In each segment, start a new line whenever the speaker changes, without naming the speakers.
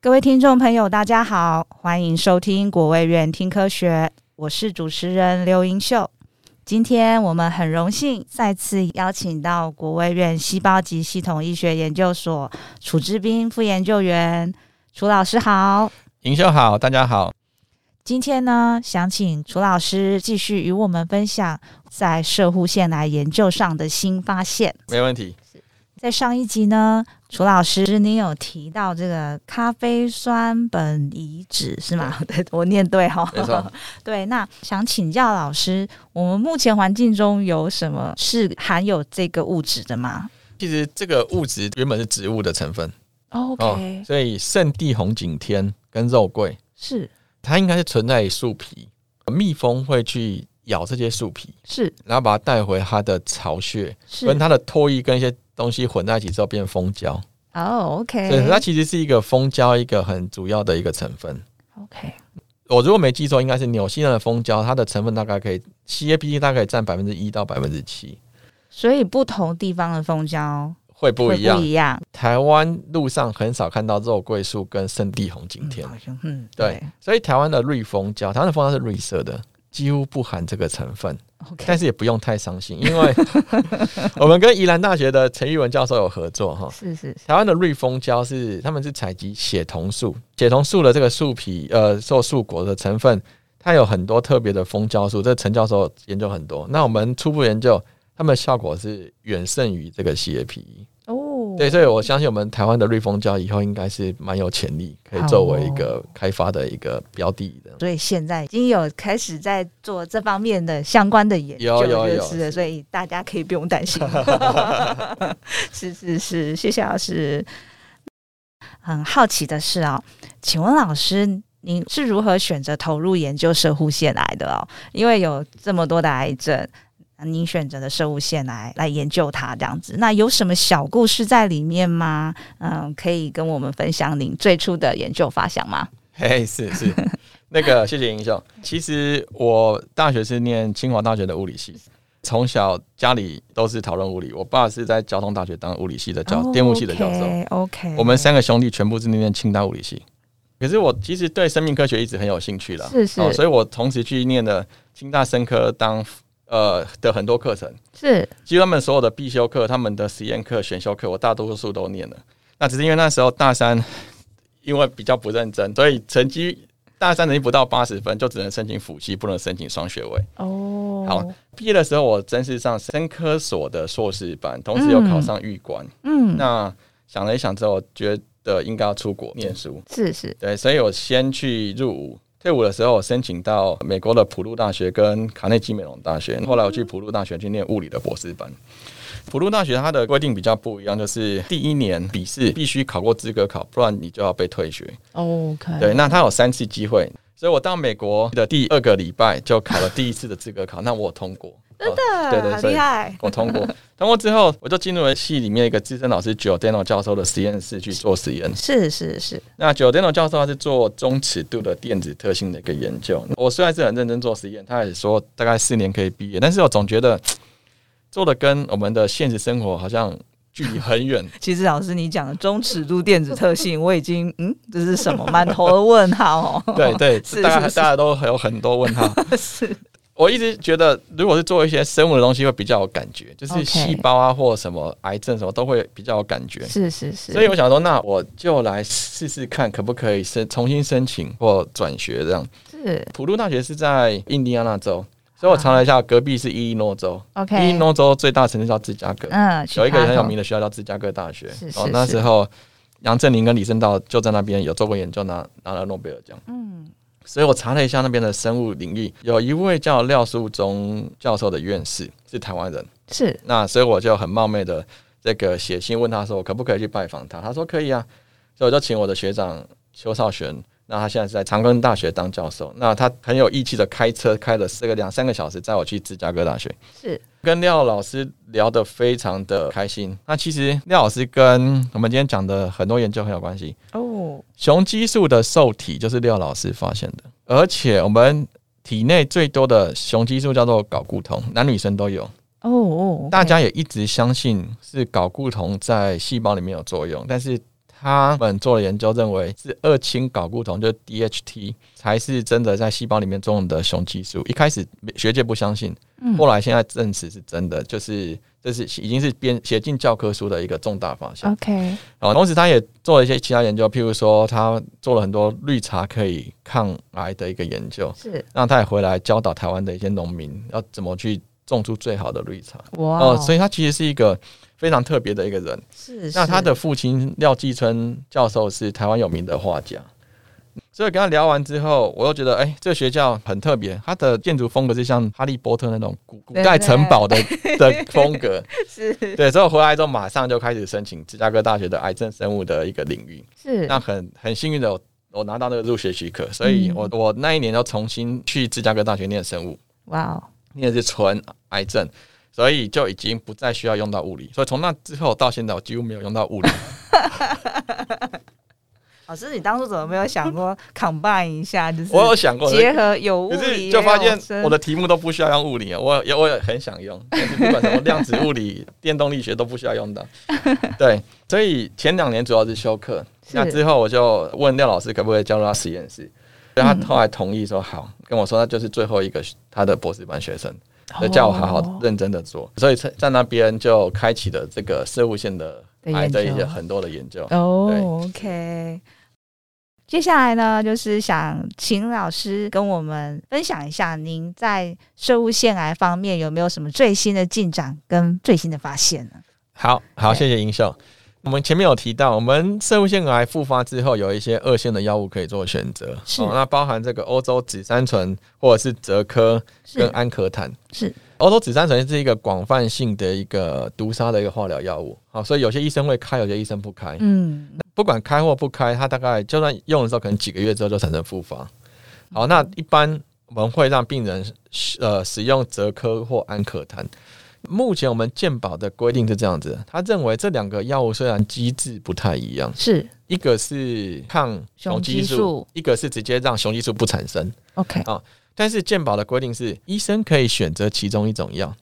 各位听众朋友，大家好，欢迎收听国卫院听科学，我是主持人刘英秀。今天我们很荣幸再次邀请到国卫院细胞及系统医学研究所楚志斌副研究员，楚老师好。
营销好，大家好。
今天呢，想请楚老师继续与我们分享在射护腺癌研究上的新发现。
没问题。
在上一集呢，楚老师您有提到这个咖啡酸苯乙酯是吗？ 对，我念对哈、
没错
对，那想请教老师，我们目前环境中有什么是含有这个物质的吗
其实这个物质原本是植物的成分
？OK，、
哦，所以圣地红景天跟肉桂，
是
它应该是存在于树皮，蜜蜂会去咬这些树皮，
是
然后把它带回它的巢穴，
是
跟它的唾液跟一些东西混在一起之后变蜂胶，
哦
所以它
，OK，OK，
其实是一个蜂胶一个很主要的一个成分。
OK
我如果没记错，应该是纽西兰的蜂胶，它的成分大概可以 CAP 大概占百分之一到百分之七，
所以不同地方的蜂胶
会不
会
一样
不。一样。
台湾路上很少看到肉桂树跟圣地红景天，
好像嗯，
对，所以台湾的绿蜂胶，台湾的蜂胶是绿色的，几乎不含这个成分，但
，OK，
是也不用太伤心，因 为我们跟宜兰大学的陈玉文教授有合作哈。
是是是，
台湾的绿蜂胶是他们是采集血桐树，血桐树的这个树皮呃，受树果的成分，它有很多特别的蜂胶素，这陈教授研究很多。那我们初步研究，它们的效果是远胜于这个 CAPE。
哦，
对，所以我相信我们台湾的绿蜂胶以后应该是蛮有潜力，可以作
哦
为一个开发的一个标的的。
所以现在已经有开始在做这方面的相关的研究，
有有有
就是了所以大家可以不用担 心。是是是，谢谢老师。很好奇的是哦，请问老师您是如何选择投入研究射护腺癌的哦？因为有这么多的癌症。您选择的射护腺癌来研究它，这样子，那有什么小故事在里面吗？嗯，可以跟我们分享您最初的研究发想吗？
嘿，是是，那个谢谢英秀。其实我大学是念清华大学的物理系，从小家里都是讨论物理。我爸是在交通大学当物理系的教电务系的教授，
哦 OK，,
我们三个兄弟全部是念清大物理系。可是我其实对生命科学一直很有兴趣啦，
是是
哦，所以我同时去念了清大生科当呃的很多课程。
是
几乎他们所有的必修课、他们的实验课、选修课，我大多数都念了。那只是因为那时候大三，因为比较不认真，所以成绩大三成绩不到八十分，就只能申请辅系，不能申请双学位。
哦，
好，毕业的时候我真是上生科所的硕士班，同时又考上预管。
嗯，
那想了一想之后，觉得应该要出国念书。
是是
对，所以我先去入伍。退伍的时候，我申请到美国的普渡大学跟卡内基梅隆大学。后来我去普渡大学去念物理的博士班。普渡大学它的规定比较不一样，就是第一年笔试必须考过资格考，不然你就要被退学。
，OK，
对，那它有三次机会，所以我到美国的第二个礼拜就考了第一次的资格考，那我有通过。真的、对对，
很
所以
啊厉害，
我通过。通过之后，我就进入了系里面一个资深老师 j o d a n o 教授的实验室去做实验。
是是是，
那九电脑教授他是做中尺度的电子特性的一个研究。我虽然是很认真做实验，他也说大概四年可以毕业，但是我总觉得做的跟我们的现实生活好像距离很远。
其实老师你讲的中尺度电子特性，我已经 嗯，这是什么？满头的问号哦，
对 对，
是
大家
是
大家都有很多问号。
是
我一直觉得，如果是做一些生物的东西，会比较有感觉，就是
OK
细胞啊，或什么癌症什么都会比较有感觉。
是是是，
所以我想说，那我就来试试看，可不可以申重新申请或转学这样。
是
普渡大学是在印第安纳州，所以我查了一下，隔壁是伊利诺州。伊利
啊 OK，
诺州最大城市叫芝加哥，
嗯，
有一个很有名
的，
的学校叫芝加哥大学
是。
哦
是，
那
是
时候杨振宁跟李政道就在那边有做过研究，拿拿了诺贝尔奖。
嗯，
所以我查了一下那边的生物领域，有一位叫廖树忠教授的院士是台湾人，
是
那所以我就很冒昧的这个写信问他说，我可不可以去拜访他？他说可以啊，所以我就请我的学长邱少璇，那他现在是在长庚大学当教授，那他很有义气的开车开了四个两三个小时载我去芝加哥大学，
是
跟廖老师聊得非常的开心。那其实廖老师跟我们今天讲的很多研究很有关系，
哦，
雄激素的受体就是廖老师发现的，而且我们体内最多的雄激素叫做睾固酮，男女生都有。
哦哦，
大家也一直相信是睾固酮在细胞里面有作用，但是他们做了研究，认为是二氢睾固酮，就是 DHT，才是真的在细胞里面作用的雄激素。一开始学界不相信，后来现在证实是真的，就是这是已经是编写进教科书的一个重大发
嗯
现。
OK，
然后同时他也做了一些其他研究，譬如说他做了很多绿茶可以抗癌的一个研究，
是
让他也回来教导台湾的一些农民要怎么去种出最好的绿茶。
哇
哦，所
以
以他其实是一个非常特别的一个人。
是
那他
是
的父亲廖继春教授是台湾有名的画家，所以跟他聊完之后，我又觉得，哎、这个学校很特别，他的建筑风格是像哈利波特那种古古
对
代城堡的的风格。
是
对，所以我回来之后马上就开始申请芝加哥大学的癌症生物的一个领域。
是
那很很幸运的我，我拿到那个入学许可，所
嗯
以我我那一年又重新去芝加哥大学念生物。
哇哦，
念的是纯癌症，所以就已经不再需要用到物理。所以从那之后到现在，我几乎没有用到 物理。
老师，你当初怎么没有想过 combine 一下，就是
我有想过，
结合有物
可
理，
是就发现
也有
我的题目都不需要用物理，啊我也我也很想用，但是不管什么量子物理、电动力学都不需要 用到。对，所以前两年主要是修课，
是
那之后我就问廖老师可不可以加入他实验室，所以
嗯
他后来同意说好，跟我说他就是最后一个他的博士班学生。
哦
就叫我好好认真的做，所以在在那边就开启了这个射物线的
的
癌的一
研
些
究
哎很多的研究。
哦，OK。接下来呢，就是想请老师跟我们分享一下，您在生物腺癌方面有没有什么最新的进展跟最新的发现呢？
好好，
对
谢谢银秀。我们前面有提到，我们射物腺癌复发之后有一些二线的药物可以做选择，哦
是
那包含这个欧洲紫杉醇或者是泽科跟
是
安可坦。
是
欧洲紫杉醇是一个广泛性的一个毒杀的一个化疗药物，好，所以有些医生会开，有些医生不开。
嗯，
不管开或不开，它大概就算用的时候，可能几个月之后就产生复发。好，那一般我们会让病人呃使用泽科或安可坦。目前我们健保的规定是这样子，他认为这两个药物虽然机制不太一样，
是
一个是抗雄激
雄激
素
素，
一个是直接让雄激素不产生。
OK，
但是健保的规定是，医生可以选择其中一种药，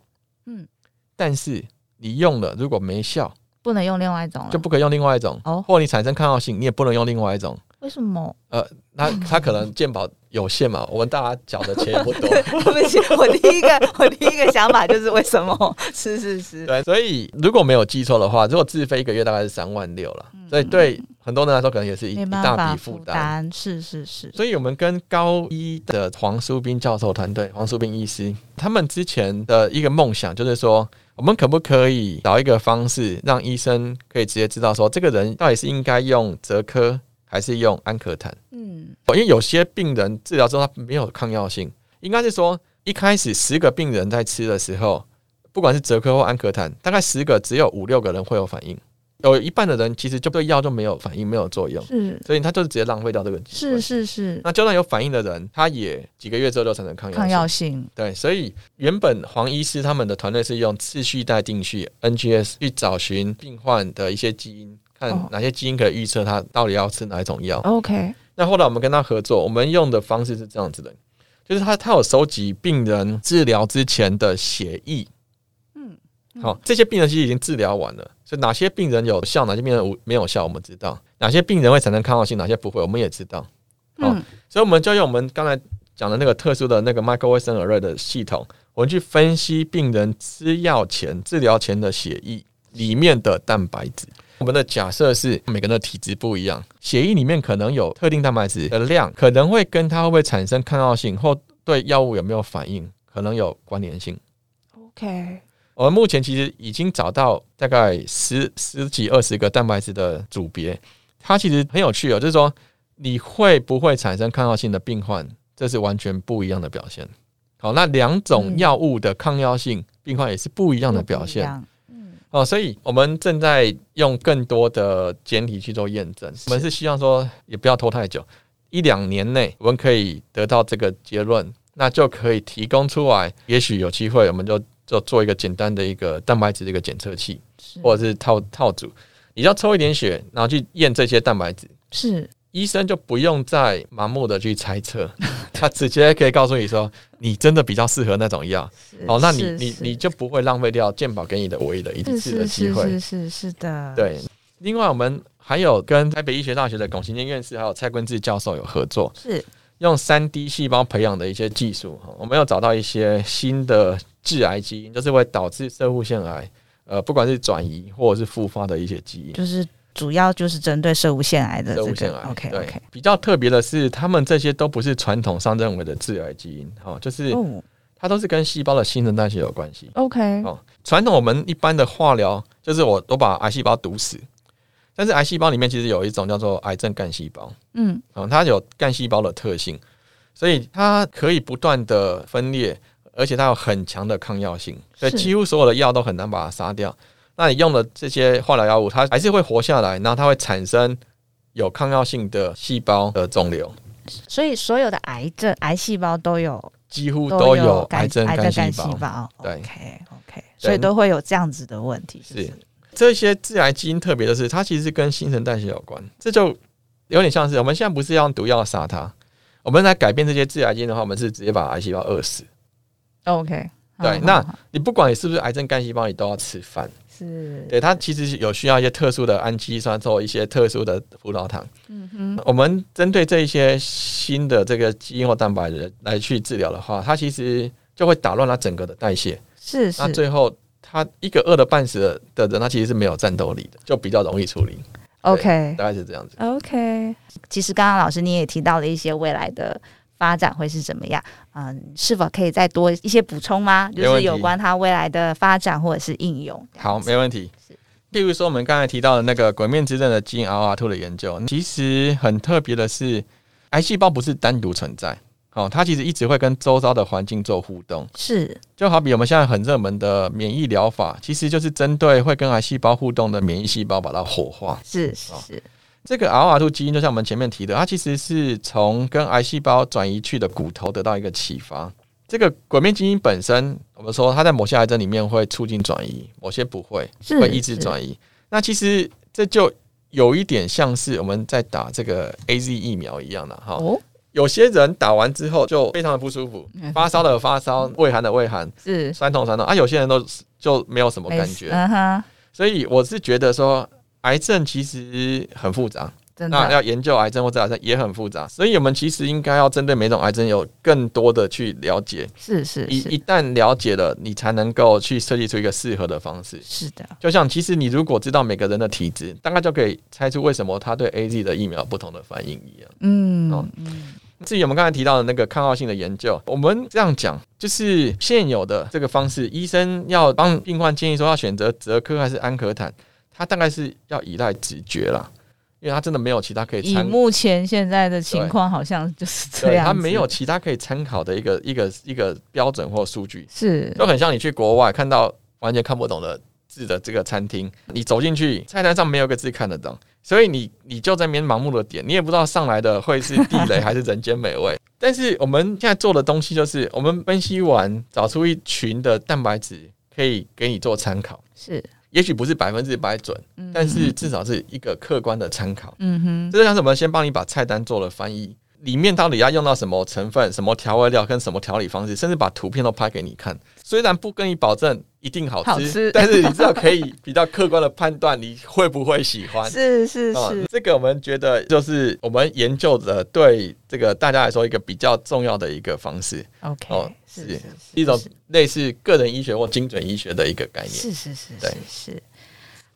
嗯，
但是你用了如果没效，
不能用另外一种了，
就不可以用另外一种，
哦
或你产生抗药性，你也不能用另外一种。
为什 么？
呃，他
嗯
他可能健保有 限嘛，我们大家缴的钱也不多，
对不起，我第一个我第一个想法就是为什么？是是是，
对，所以如果没有记错的话，如果自费一个月大概是三万六了，所以对很多人来说可能也是一
嗯没
一
办
大
法
笔负担。
担，是是是，
所以我们跟高一的黄淑斌教授团队，黄淑斌医师，他们之前的一个梦想就是说，我们可不可以找一个方式，让医生可以直接知道说，这个人到底是应该用泽科还是用安可坦？
嗯，
哦因为有些病人治疗之后他没有抗药性，应该是说一开始十个病人在吃的时候，不管是哲科或安可坦，大概十个只有五六个人会有反应，有一半的人其实就对药就没有反应，没有作用，
是
所以他就是直接浪费掉这个机会
是。是是，
那就算有反应的人，他也几个月之后就产生抗药性。
抗药性
对，所以原本黄医师他们的团队是用次序带定序 NGS 去找寻病患的一些基因，看
哦
哪些基因可以预测他到底要吃哪一种药。
OK，
那后来我们跟他合作，我们用的方式是这样子的，就是他他有收集病人治疗之前的血液，
嗯
嗯，好、这些病人其实已经治疗完了，所以哪些病人有效，哪些病人无没有效，我们知道；哪些病人会产生抗药性，哪些不会，我们也知道。好、
嗯
所以我们就用我们刚才讲的那个特殊的那个 Michael Wilson Array 的系统，我们去分析病人吃药前、治疗前的血液里面的蛋白质。我们的假设是每个人的体质不一样，血液里面可能有特定蛋白质的量，可能会跟它会不会产生抗药性或对药物有没有反应，可能有关联性。
，OK，
我们目前其实已经找到大概十十几二十个蛋白质的组别，它其实很有趣哦，就是说你会不会产生抗药性的病患，这是完全不一样的表现。好，那两种
嗯
药物的抗药性病患也是不一样的表现。
现，
哦，所以我们正在用更多的简体去做验证。我们是希望说，也不要拖太久，一两年内我们可以得到这个结论，那就可以提供出来。也许有机会，我们就就做一个简单的一个蛋白质的一个检测器，
嗯
是
或者是套套组，你要抽一点血，然后去验这些蛋白质。
是
医生就不用再盲目的去 猜测，他直接可以告诉你说，你真的比较适合那种药。哦，那你
是
你
是嗯
你就不会浪费掉健保给你的唯一的一
是
次的
是
机
是
会。
是是是的，
对，另外我们还有跟台北医学大学的龚行健院士还有蔡坤志教授有合作，
是
用三 D 细胞培养的一些技术，我们有找到一些新的致癌基因，就是会导致射护腺癌，呃，不管是转移或者是复发的一些基因。
就是主要就是针对射无腺癌的
射
这
物腺
个
癌
OK
对
OK
比较特别的是，他们这些都不是传统上认为的致癌基因，哦，就是
哦
它都是跟细胞的新陈代谢有关系。
OK
哦传统我们一般的化疗就是我都把癌细胞毒死，但是癌细胞里面其实有一种叫做癌症干细胞，
嗯
啊、它有干细胞的特性，所以它可以不断的分裂，而且它有很强的抗药性，所以
是
几乎所有的药都很难把它杀掉。那你用了这些化疗药物，它还是会活下来，然后它会产生有抗药性的细胞的肿瘤，
所以所有的癌症癌细胞都有
几乎都有
干
癌症
癌
干
症
细
干
胞。
胞
对
OK OK，所以都会有这样子的问题，
是这些致癌基因特别的是，它其实是跟新陈代谢有关，这就有点像是我们现在不是要用毒药杀它，我们来改变这些致癌基因的话，我们是直接把癌细胞饿死。
OK
对
好
那
好好
你不管你是不是癌症干细胞，你都要吃饭。
是
对，它其实有需要一些特殊的氨基酸或一些特殊的葡萄糖。
嗯哼
我们针对这一些新的这个基因或蛋白质来去治疗的话，它其实就会打乱它整个的代谢。
是
那
是
最后，它一个饿的半死的人，他其实是没有战斗力的，就比较容易处理。
OK
大概是这样子。
OK，其实刚刚老师你也提到了一些未来的发展会是怎么样，嗯，是否可以再多一些补充吗？
没
就是
问题
有关它未来的发展或者是应用。
好，没问题
是。
譬如说，我们刚才提到的那个《鬼面之刃》的基因 RR2 的研究，其实很特别的是，癌细胞不是单独存在，哦，它其实一直会跟周遭的环境做互动。
是
就好比我们现在很热门的免疫疗法，其实就是针对会跟癌细胞互动的免疫细胞，把它活化。
是是
哦
是，
这个 RR2 基因，就像我们前面提的，它其实是从跟癌细胞转移去的骨头得到一个启发。这个鬼面基因本身，我们说它在某些癌症里面会促进转移，某些不会。
是
会抑制
是
转移。那其实这就有一点像是我们在打这个 A Z 疫苗一样的哈。
哦，
有些人打完之后就非常的不舒服，
嗯
发烧的有发烧，胃寒的胃寒，
是
酸痛酸痛啊。有些人都是就没有什么
没
感
事
觉，
嗯哼，
所以我是觉得说。癌症其实很复杂，
真
那
的
要研究癌症或者癌症也很复杂，所以我们其实应该要针对每种癌症有更多的去了解。
是是
一
是
一旦了解了，你才能够去设计出一个适合的方式。
是的，
就像其实你如果知道每个人的体质，大概就可以猜出为什么他对 A Z 的疫苗有不同的反应一样。
嗯
哦
嗯
至于我们刚才提到的那个抗药性的研究，我们这样讲，就是现有的这个方式，医生要帮病患建议说要选择泽科还是安可坦，他大概是要依赖直觉啦，因为他真的没有其他可以
以
参考。
目前现在的情
对
况，好像就是这
对
样子，
他没有其他可以参考的一个一个一个标准或数据，
是
就很像你去国外看到完全看不懂的字的这个餐厅，你走进去，菜单上没有一个字看得懂，所以你你就在那边盲目的点，你也不知道上来的会是地雷还是人间美味。 但是我们现在做的东西就是，我们分析完，找出一群的蛋白质可以给你做参考，
是，
也许不是百分之百准，
嗯
但是至少是一个客观的参考。
嗯哼，
这就像是我们先帮你把菜单做了翻译，里面到底要用到什么成分、什么调味料跟什么调理方式，甚至把图片都拍给你看。虽然不跟你保证一定好吃，
好吃
但是你至少可以比较客观的判断你会不会喜欢。
是是
啊
是，
这个我们觉得就是我们研究的对这个大家来说一个比较重要的一个方式，哦
，OK，是
是
是
一种
是
类似个人医学或精准医学的一个概念。
是是是
对
是是，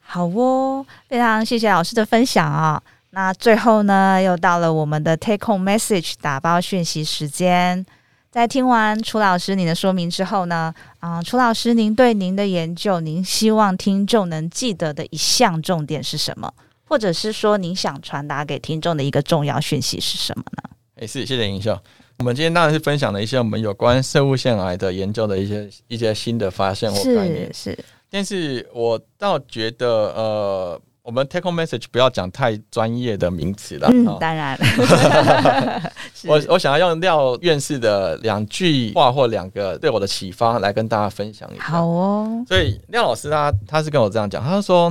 好哦，非常谢谢老师的分享啊、那最后呢，又到了我们的 take home message 打包讯息时间。在听完楚老师您的说明之后呢，啊、楚老师您对您的研究，您希望听众能记得的一项重点是什么？或者是说您想传达给听众的一个重要讯息是什么呢？
哎、是，谢谢尹秀。我们今天当然是分享了一些我们有关生物腺癌的研究的一些一些新的发现或概念
是，是
但是我倒觉得，呃，我们 take home message 不要讲太专业的名词了。
嗯，
哦
当 然， 是
我我想要用廖院士的两句话或两个对我的启发来跟大家分享一下。
好哦，
所以廖老师他他是跟我这样讲，他就说，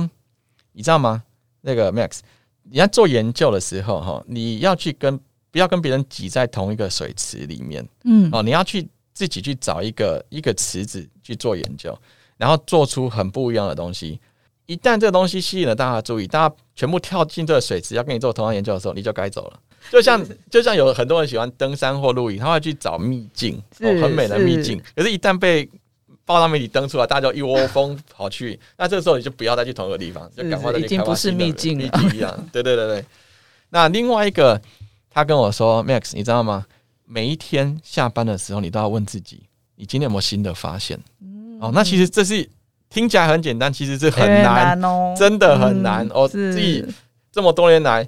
你知道吗？那个 Max，你在做研究的时候，哈，你要去跟不要跟别人挤在同一个水池里面。
嗯，
哦，你要去自己去找一个一个池子去做研究，然后做出很不一样的东西。一旦这个东西吸引了大家的注意，大家全部跳进这个水池要跟你做同样研究的时候，你就该走了。就像就像有很多人喜欢登山或露营，他会去找秘境，哦
是，
很美的秘
是
境。可是，一旦被报道媒体登出来，大家就一窝蜂跑去，那这时候你就不要再去同一个地方，就是赶快再
是
去
已经
开发
不是
新的
秘境
秘
了
境一样。对对对对。那另外一个，他跟我说，Max，你知道吗？每一天下班的时候，你都要问自己，你今天有没有新的发现？
嗯
哦，那其实这是听起来很简单，其实是很
有点
难
难哦，
真的很难
嗯
哦
是
自己这么多年来，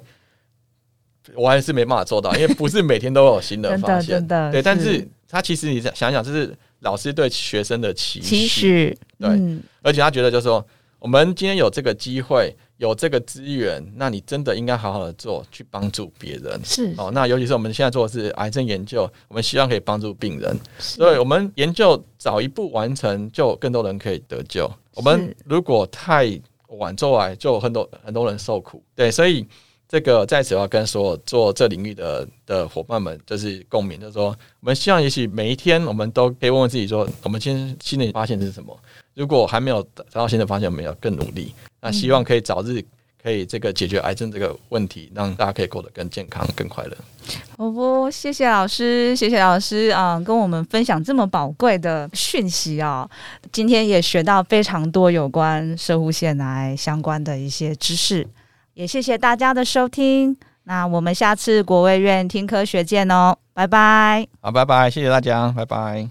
我还是没办法做到，因为不是每天都有新的
真
发
的
现
真。的
对，但是他其实你想想，这是老师对学生的期许，
期许
对
嗯
而且他觉得就是说，我们今天有这个机会，有这个资源，那你真的应该好好的做，去帮助别人。
是
哦，那尤其是我们现在做的是癌症研究，我们希望可以帮助病人，
是
所以我们研究早一步完成，就更多人可以得救。我们如果太晚做完，就有很多很多人受苦。对，所以这个在此我要跟所有做这领域的的伙伴们就是共鸣，就是说，我们希望也许每一天我们都可以问问自己说，我们今天新的发现是什么？如果还没有达到新的发现，我们要更努力。那希望可以早日。可以这个解决癌症这个问题，让大家可以过得更健康、更快乐。
我不，谢谢老师，谢谢老师啊、跟我们分享这么宝贵的讯息啊、今天也学到非常多有关射护腺癌相关的一些知识，也谢谢大家的收听。那我们下次国卫院听科学见哦，拜拜。
好，拜拜，谢谢大家，拜拜。